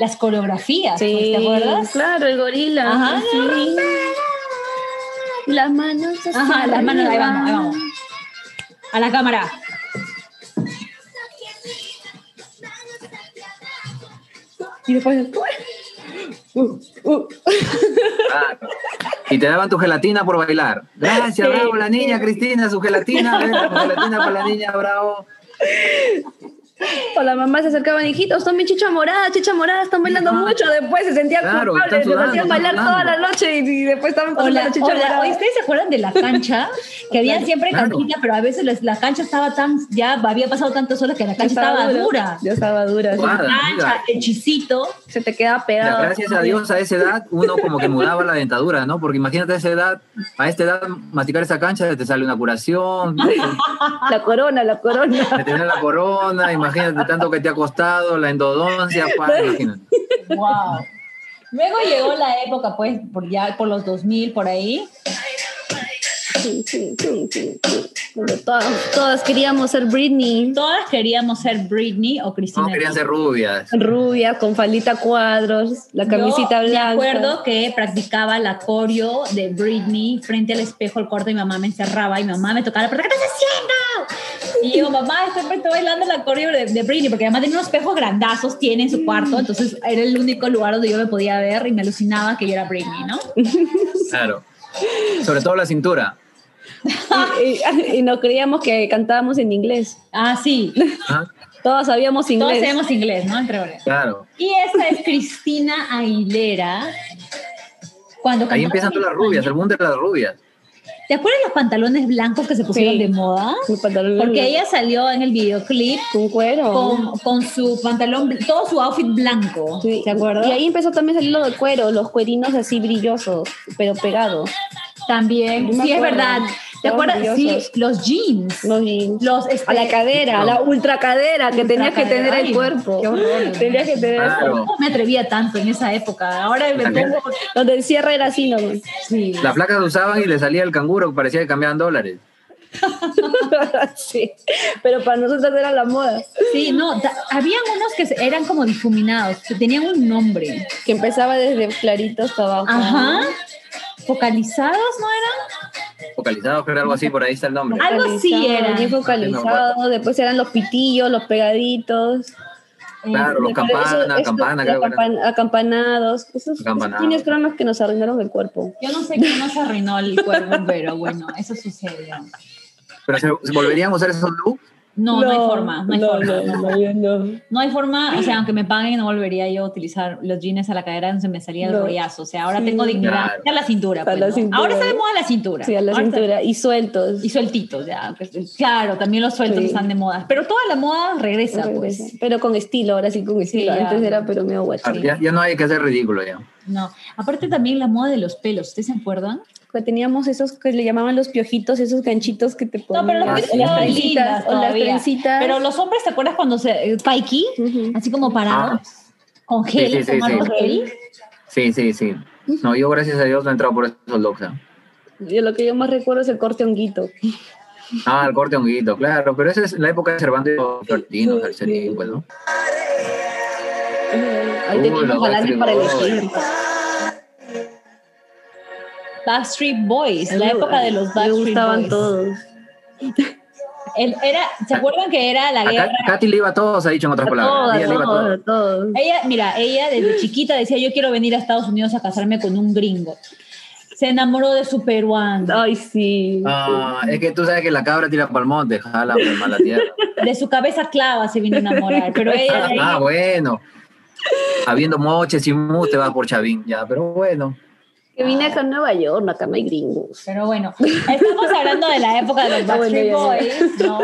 A: las coreografías, pues,
B: Sí,
A: ¿te acuerdas?
B: claro, el gorila.
A: Ajá,
B: Sí. Las manos. hacia
A: Ajá, las manos, ahí
B: arriba.
A: vamos, ahí vamos. A la cámara.
B: Y después. <laughs> Uh, uh.
C: Claro. Y te daban tu gelatina por bailar. Gracias, bravo, la niña Cristina, su gelatina, venga, su gelatina para la niña, bravo.
B: O la mamá se acercaban, hijitos, tomen chicha morada, chicha morada, están bailando
C: Ajá.
B: mucho. Después se sentían
C: Claro,
B: culpables,
C: están
B: los
C: sudando,
B: hacían
C: están
B: bailar
C: sudando.
B: toda la noche y, y después estaban
A: O
B: pasando
A: la,
B: la chicha
A: o la-
B: morada.
A: oye, ¿Ustedes se acuerdan de la
B: <laughs>
A: cancha? Que había siempre
C: claro.
A: canchita, pero a veces la, la cancha estaba tan, ya había pasado tantas horas que la
B: Ya
A: cancha estaba, dura.
B: Ya estaba dura. sí.
C: Guada,
A: Cancha,
C: mira.
A: hechicito.
B: Se te queda
C: Ya,
B: pegado.
C: gracias a Dios a esa edad uno como que mudaba la dentadura, ¿no? Porque imagínate a esa edad, a esta edad masticar esa cancha te sale una curación,
B: La corona, la corona.
C: te tener la corona, imagínate tanto que te ha costado, la endodoncia, pa, imagínate.
A: Wow. Luego llegó la época, pues, por ya por los 2000, por ahí.
B: Sí, sí, sí, sí, sí. Pero Todas, todas queríamos ser Britney.
A: Todas queríamos ser Britney o Cristina.
C: No querían ser rubias.
B: Rubia, con faldita cuadros, la camisita
A: Yo
B: blanca.
A: Me acuerdo que practicaba la coreo de Britney frente al espejo, el corte, y mi mamá me encerraba y mi mamá me tocaba la puerta, ¿qué estás haciendo? Y yo, mamá, estoy, estoy bailando la coreo de, de Britney, porque además tenía unos espejos grandazos, tiene en su cuarto, entonces era el único lugar donde yo me podía ver y me alucinaba que yo era Britney, ¿no?
C: Claro. Sobre todo la cintura.
B: Y, y- <laughs> y nos creíamos que cantábamos en inglés.
A: Ah, sí,
C: Ajá,
B: Todas sabíamos
A: todos
B: inglés.
A: sabemos inglés, ¿no? Entre horas.
C: Claro.
A: Y esta es Cristina Aguilera. Cuando
C: Ahí
A: cantaba
C: empiezan todas las rubias, el boom de las rubias.
A: ¿Te acuerdas los pantalones blancos que se pusieron
B: Sí.
A: de moda?
B: Un pantalón largo.
A: Porque ella salió en el videoclip
B: Con cuero.
A: con, con su pantalón, bl- todo su outfit blanco.
B: Sí.
A: ¿Te acuerdas?
B: Y ahí empezó también a salir lo de cuero, los cuerinos así brillosos, pero pegados.
A: También,
B: Yo me
A: sí, es
B: acuerdo.
A: verdad. ¿Te
B: Todos
A: acuerdas? Sí,
B: brillosos.
A: los jeans.
B: Los jeans.
A: Los, este,
B: A la cadera, a la ultra cadera que tenías que
A: cadera.
B: tener
A: Ay,
B: el cuerpo.
A: qué horror.
B: Tenías que tener el
C: Claro.
B: cuerpo.
A: No me atrevía tanto en esa época. Ahora me
C: También.
A: pongo.
B: Donde el cierre era así nomás. <laughs>
A: Sí.
C: Las placas usaban y le salía el canguro, parecía que cambiaban dólares.
B: sí. Pero para nosotros era la moda.
A: Sí, no, ta- habían unos que se- eran como difuminados, que tenían un nombre.
B: Que empezaba desde clarito hasta abajo.
A: Ajá. Focalizados, ¿no eran?
C: Focalizados, creo algo así, por ahí está el nombre.
A: Algo así era.
B: Bien focalizado. Después eran los pitillos, los pegaditos.
C: Claro, los
B: Después eso-
C: campana,
B: eso-
C: campana,
B: la
C: creo que era.
B: campan- Acampanados. Esos
C: Acampanados.
B: tienes cronos que nos arruinaron el cuerpo.
A: Yo no sé qué nos arruinó el cuerpo, pero bueno, eso sucedió.
C: Pero se, se volverían a usar esos looks.
A: No, no, hay forma, no hay
B: no,
A: forma.
B: No, no, yo no.
A: No hay forma, o sea, aunque me paguen, no volvería yo a utilizar los jeans a la cadera, no se me salía el
B: No.
A: rollazo. O sea, ahora
B: Sí.
A: tengo dignidad.
C: Claro.
A: A la cintura.
B: A
A: pues,
B: la
A: ¿no?
B: cintura.
A: Ahora está de moda la cintura.
B: Sí, a la
A: Ahora está-
B: cintura. Y sueltos.
A: Y sueltitos, ya. pues, Claro, también los sueltos
B: Sí.
A: están de moda. Pero toda la moda regresa,
B: Regresa.
A: pues.
B: Pero con estilo, ahora sí con estilo.
A: ya.
B: Antes era pero medio guacho.
C: ah, Ya, ya no hay que hacer ridículo ya.
A: No. Aparte también la moda de los pelos, ¿ustedes se acuerdan?
B: Que Teníamos esos que le llamaban los piojitos, esos ganchitos que te ponían.
A: No, pero los
C: Ah,
A: pelos
C: sí.
A: estaban
B: las
A: lindas
B: trencitas, o las
A: todavía.
B: trencitas.
A: Pero los hombres, ¿te acuerdas cuando se... eh, Pikey,
B: Ujú.
A: así como parados,
C: Ah.
A: con
C: Sí,
A: gel,
C: sí, sí,
A: tomando
B: sí.
A: gel.
C: Sí, sí, sí. No, yo gracias a Dios no he entrado por esos looks. ¿ah?
B: Yo lo que yo más recuerdo es el corte honguito.
C: Ah, el corte honguito, claro. Pero esa es la época de Cervantes, Florentino, Cercerín, pues, ¿no?
B: Ahí
C: Uy,
B: tenemos
C: los
B: galanes
C: Backstreet
B: para
C: Boys.
B: elegir.
A: Backstreet Boys, la época de los
B: Me
A: Backstreet
B: gustaban
A: Boys.
B: todos.
A: El- era, ¿Se acuerdan que era la
C: A Ka-
A: guerra?
C: Katy le iba a todos, ha dicho en otras
B: A
C: palabras.
B: todas,
C: Ella le iba a todos.
B: todos, todos.
A: Ella, mira, ella desde chiquita decía, yo quiero venir a Estados Unidos a casarme con un gringo. Se enamoró de su peruano,
B: Ay, sí.
C: Ah, es que tú sabes que la cabra tira para el monte, jala por mala tierra.
A: de su cabeza clava se vino a enamorar, pero ella de ahí-
C: Ah, bueno. Habiendo moches y mus, te vas por Chavín, ya, pero bueno.
B: Que vine acá a Nueva York, acá no hay gringos.
A: Pero bueno, estamos hablando de la época de los
B: Ah, bueno,
A: Backstreet
B: ya,
A: Boys, ¿no?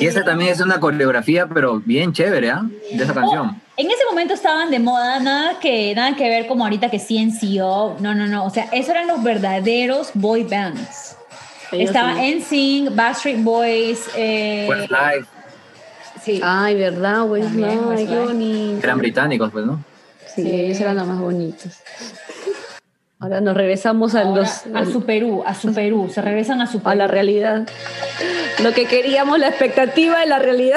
C: Y esa también es una coreografía, pero bien chévere, ¿ah? De esa canción.
A: En ese momento estaban de moda, nada que, nada que ver como ahorita que CNCO, no, no, no, o sea, esos eran los verdaderos boy bands.
B: Ellos
A: Estaba
B: sí.
A: NSYNC, Backstreet Boys, eh,
C: Westlife,
A: sí.
B: Ay, verdad, güey.
A: También,
B: No,
A: pues,
B: ay, qué
A: ay.
B: bonito.
C: eran británicos, pues, ¿no?
B: Sí, ellos eran los más bonitos. Ahora nos regresamos a
A: Ahora,
B: los
A: a su Perú, a su Perú, se regresan a su Perú.
B: a la realidad. Lo que queríamos, la expectativa de la realidad.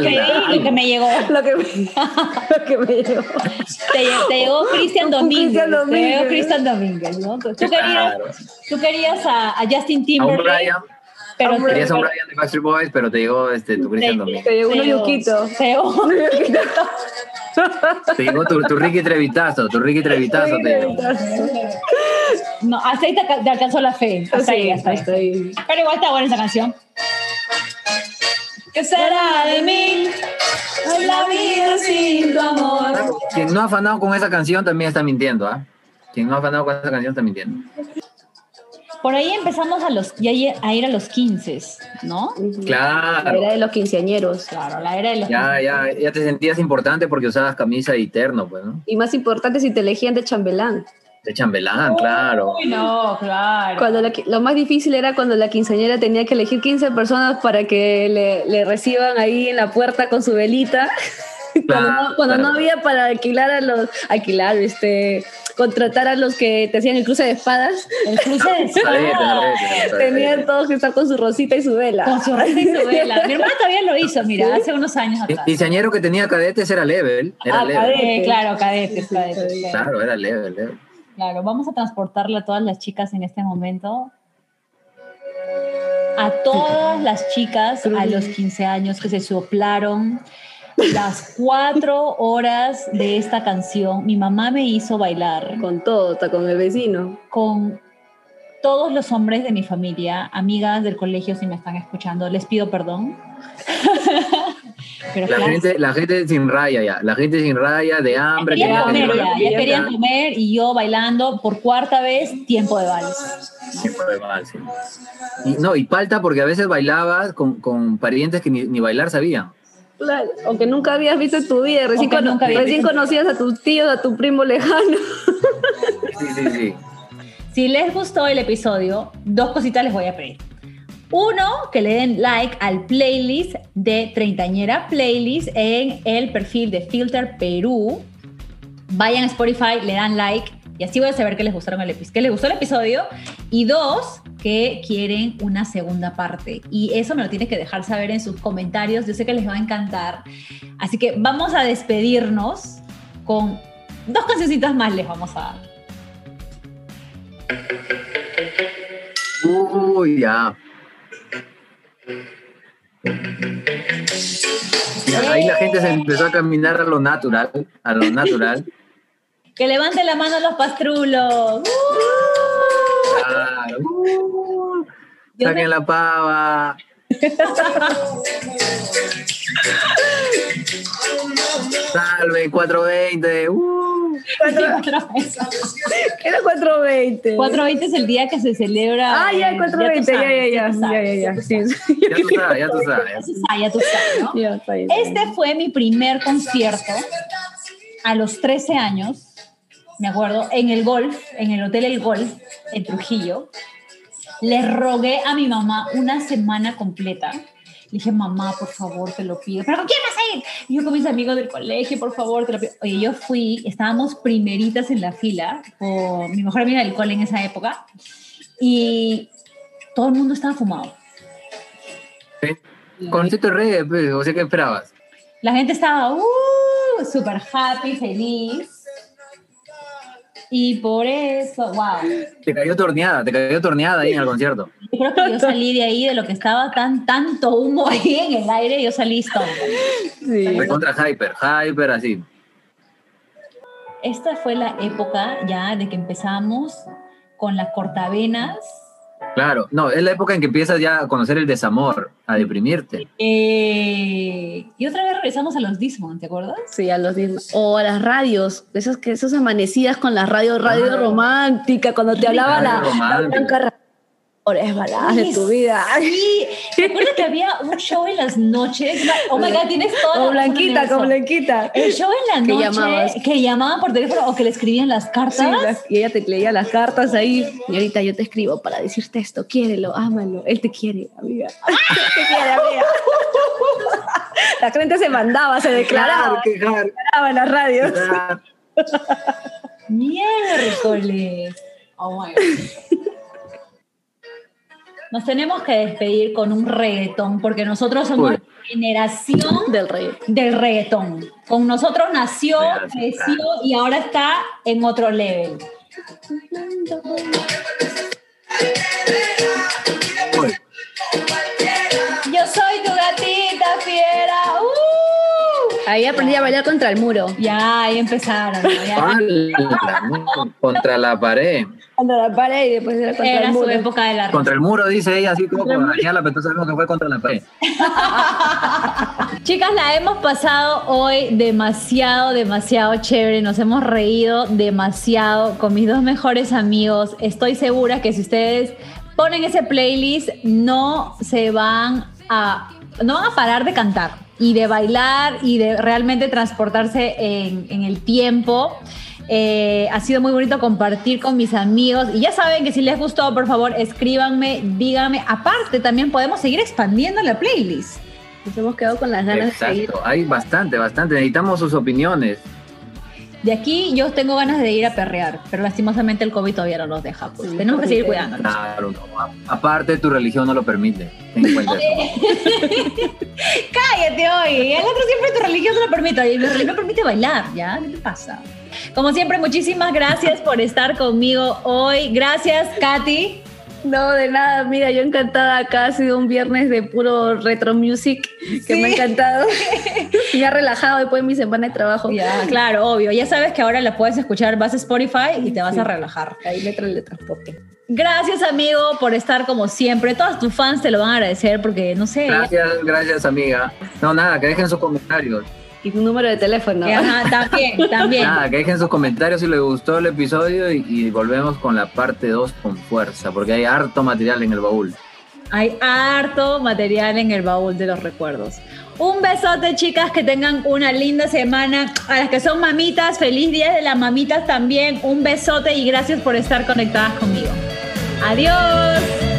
A: lo que leí, lo que me llegó.
B: lo que me, <laughs> lo que me llegó.
A: Te, lle- te llegó Cristian
B: Cristian
A: Domínguez. Te
B: Domínguez.
A: llegó Cristian Domínguez, ¿no? Tú tú querías,
C: Claro.
A: tú querías a, a Justin
C: A un
A: Timberlake,
C: Brian,
A: pero
B: a un
A: te-
C: querías a un Brian de Backstreet Boys, pero te llegó este, tu Cristian Domínguez.
B: Te llegó un
A: te llegó-
B: yuquito.
A: te llegó- <laughs>
B: <laughs>
C: Te llegó tu, tu Ricky Trevitazo, tu Ricky Trevitazo te llegó.
A: No, hasta ahí te, alca- te alcanzó la fe.
B: Ah,
A: Hasta ahí, hasta ahí.
B: ahí.
A: Pero igual está buena esa canción. ¿Qué será de mí? La vida sin tu amor.
C: Quien no ha afanado con esa canción también está mintiendo, ¿ah? Quien no ha afanado con esa canción está mintiendo.
A: Por ahí empezamos a, los, ya ir- a ir a los 15, ¿no?
C: Claro.
B: Era de los quinceañeros.
A: Claro, la era de los
C: Ya,
A: 15.
C: ya, ya te sentías importante porque usabas camisa y terno, pues, ¿no?
B: Y más importante, si te elegían de chambelán.
C: De chambelán, claro.
A: Uy, no, claro.
B: Cuando la qui- lo más difícil era cuando la quinceañera tenía que elegir 15 personas para que le, le reciban ahí en la puerta con su velita. <laughs> Cuando, no, cuando no
C: Claro.
B: había para alquilar a los, alquilar, este, contratar a los que te hacían el cruce de espadas,
A: El cruce
C: <laughs>
A: de
C: Arete,
A: espadas.
C: arete, arete.
B: tenían todos que estar con su rosita y su
A: Con
B: vela.
A: su risa y su vela. Mi hermana todavía lo hizo, mira, hace unos años
C: El
A: atrás.
C: diseñero que tenía cadetes era level. Era
B: Ah,
C: level.
B: cadete.
A: Eh, claro, cadetes, cadetes.
B: sí.
A: claro.
C: Claro, era level, level.
A: Claro, vamos a transportarle a todas las chicas en este momento. A todas las chicas a los 15 años que se soplaron las cuatro horas de esta canción. Mi mamá me hizo bailar
B: Con todo, hasta con el vecino.
A: con todos los hombres de mi familia, amigas del colegio, si me están escuchando, les pido perdón. <laughs> Pero
C: La
A: claro,
C: gente, la gente sin raya ya. La gente sin raya, de hambre.
A: querían
C: que no
A: comer,
C: tenía
A: ya,
C: comida.
A: ya querían comer y yo bailando por cuarta vez, tiempo de vals.
C: Sí, fue mal, sí. Y, no, y palta porque a veces bailabas con, con parientes que ni, ni bailar sabían.
B: Claro, o que nunca habías visto en tu vida, recién,
A: que
B: cono-
A: nunca habías
B: recién
A: visto.
B: conocías a tus tíos, a tu primo lejano. <laughs>
C: Sí, sí, sí.
A: Si les gustó el episodio, dos cositas les voy a pedir. Uno, que le den like al playlist de Treintañera Playlist en el perfil de Filter Perú. Vayan a Spotify, le dan like y así voy a saber que les gustaron el episodio, que les gustó el episodio. Y dos, que quieren una segunda parte. Y eso me lo tienes que dejar saber en sus comentarios. Yo sé que les va a encantar. Así que vamos a despedirnos con dos cancioncitas más les vamos a dar.
C: Uy, ya. Y ahí la gente se empezó a caminar a lo natural, a lo natural.
A: Que levanten la mano los pastrulos.
C: Claro. Uh,
A: Yo
C: Saquen
A: me-
C: la pava. Salve 420. Uh.
B: Era 420.
A: 420 es el día que se celebra.
B: Ah, ya,
A: eh,
B: 420,
A: tú
B: ya, ya,
A: sabes,
B: ya,
A: tú
B: ya,
A: sabes,
B: ya, ya,
A: tú sabes.
B: sí, sí. <laughs>
C: Ya tú sabes, ya tú sabes.
A: Tú sabes, ya tú sabes, ¿no?
B: Ya, está bien.
A: Este fue mi primer concierto a los 13 años, me acuerdo, en el golf, en el Hotel El Golf, en Trujillo. Le rogué a mi mamá una semana completa. Le dije, mamá, por favor, te lo pido. ¿Pero con quién vas a ir? Y yo con mis amigos del colegio, por favor, te lo pido. Oye, yo fui, estábamos primeritas en la fila, por mi mejor amiga del cole en esa época, y todo el mundo estaba fumado.
C: Concierto de reggae, pues, o sea, ¿qué esperabas?
A: La gente estaba, uh, uh, súper happy, feliz. Y por eso, wow.
C: Te cayó torneada, te cayó torneada ahí en el concierto.
A: Yo creo que yo salí de ahí, de lo que estaba tan, tanto humo ahí en el aire, yo salí stoned.
B: Sí.
C: Recontra Hyper, Hyper así.
A: Esta fue la época ya de que empezamos con las cortavenas.
C: Claro, no, es la época en que empiezas ya a conocer el desamor, a deprimirte.
A: Eh, y otra vez regresamos a los Dismon, ¿te acuerdas?
B: Sí, a los mismos. O a las radios, esas, que, esas amanecidas con las radios, radio
C: Ah.
B: romántica, cuando te hablaba
C: Radio
B: la, la
C: romántica.
B: blanca Ra-Ores baladas de tu vida.
A: Sí, ¿te acuerdas que había un show en las noches? Oh my God, tienes todo.
B: Con Blanquita, con Blanquita.
A: El show en la
B: Que
A: noche
B: llamabas.
A: que llamaban por teléfono o que le escribían las cartas.
B: Sí, las- y ella te leía las cartas ahí. Y ahorita yo te escribo para decirte esto. Quiérelo, ámalo. Él te quiere, amiga. <laughs> Él te quiere, amiga. <laughs> La gente se mandaba, se declaraba, se
C: quejar,
B: declaraba en las radios.
C: quejar.
A: Miércoles. Oh my God. Nos tenemos que despedir con un reggaetón porque nosotros somos
C: Uy.
A: la generación
B: Del rey.
A: del reggaetón. Con nosotros nació,
C: Claro, sí,
A: creció
C: claro.
A: y ahora está en otro level.
C: Uy,
A: Yo soy tu gatita fiera. ¡Uh!
B: Ahí aprendí a bailar contra el muro.
A: Ya, ahí empezaron. ¿no? Ya.
C: ala, no, contra la pared.
B: Contra la pared y después era contra
A: Era
B: Ah, el
A: su
B: muro.
A: época de la
C: Contra el muro, dice ella, así como con la pero tú sabemos que fue contra la pared.
A: Chicas, la hemos pasado hoy demasiado, demasiado chévere. Nos hemos reído demasiado con mis dos mejores amigos. Estoy segura que si ustedes ponen ese playlist, no se van a, no van a parar de cantar y de bailar y de realmente transportarse en, en el tiempo. Eh, ha sido muy bonito compartir con mis amigos y ya saben que si les gustó, por favor, escríbanme, díganme. Aparte, también podemos seguir expandiendo la playlist.
B: Nos hemos quedado con las ganas de seguir.
C: Exacto, hay bastante, bastante. Necesitamos sus opiniones.
A: De aquí yo tengo ganas de ir a perrear, pero lastimosamente el COVID todavía no nos deja. Pues.
B: Sí,
A: Tenemos que
B: sí,
A: seguir
B: sí.
A: cuidándonos.
C: Claro, no. A- aparte tu religión no lo permite. Ten
B: <laughs>
C: en cuenta eso.
A: Cállate hoy. El otro siempre tu religión no lo permite. y La religión permite bailar, ¿ya? ¿Qué te pasa? Como siempre, muchísimas gracias por estar conmigo hoy. Gracias, Katy.
B: No, de nada, mira, yo encantada acá, ha sido un viernes de puro retro music que me ha <laughs> encantado. Me ha relajado después de mi semana de trabajo.
A: Claro, obvio. Ya sabes que ahora la puedes escuchar, vas a Spotify y te vas
B: Sí.
A: a relajar.
B: Ahí letra de transporte.
A: Gracias, amigo, por estar como siempre. Todas tus fans te lo van a agradecer porque, no sé,
C: Gracias, gracias, amiga. No, nada, que dejen sus comentarios.
B: Y tu número de teléfono.
A: que- ajá, también, también.
B: Ah,
C: Nada, que dejen sus comentarios si les gustó el episodio y, y volvemos con la parte 2 con fuerza, porque hay harto material en el baúl.
A: Hay harto material en el baúl de los recuerdos. Un besote, chicas, que tengan una linda semana. A las que son mamitas, feliz día de las mamitas también. Un besote y gracias por estar conectadas conmigo. Adiós.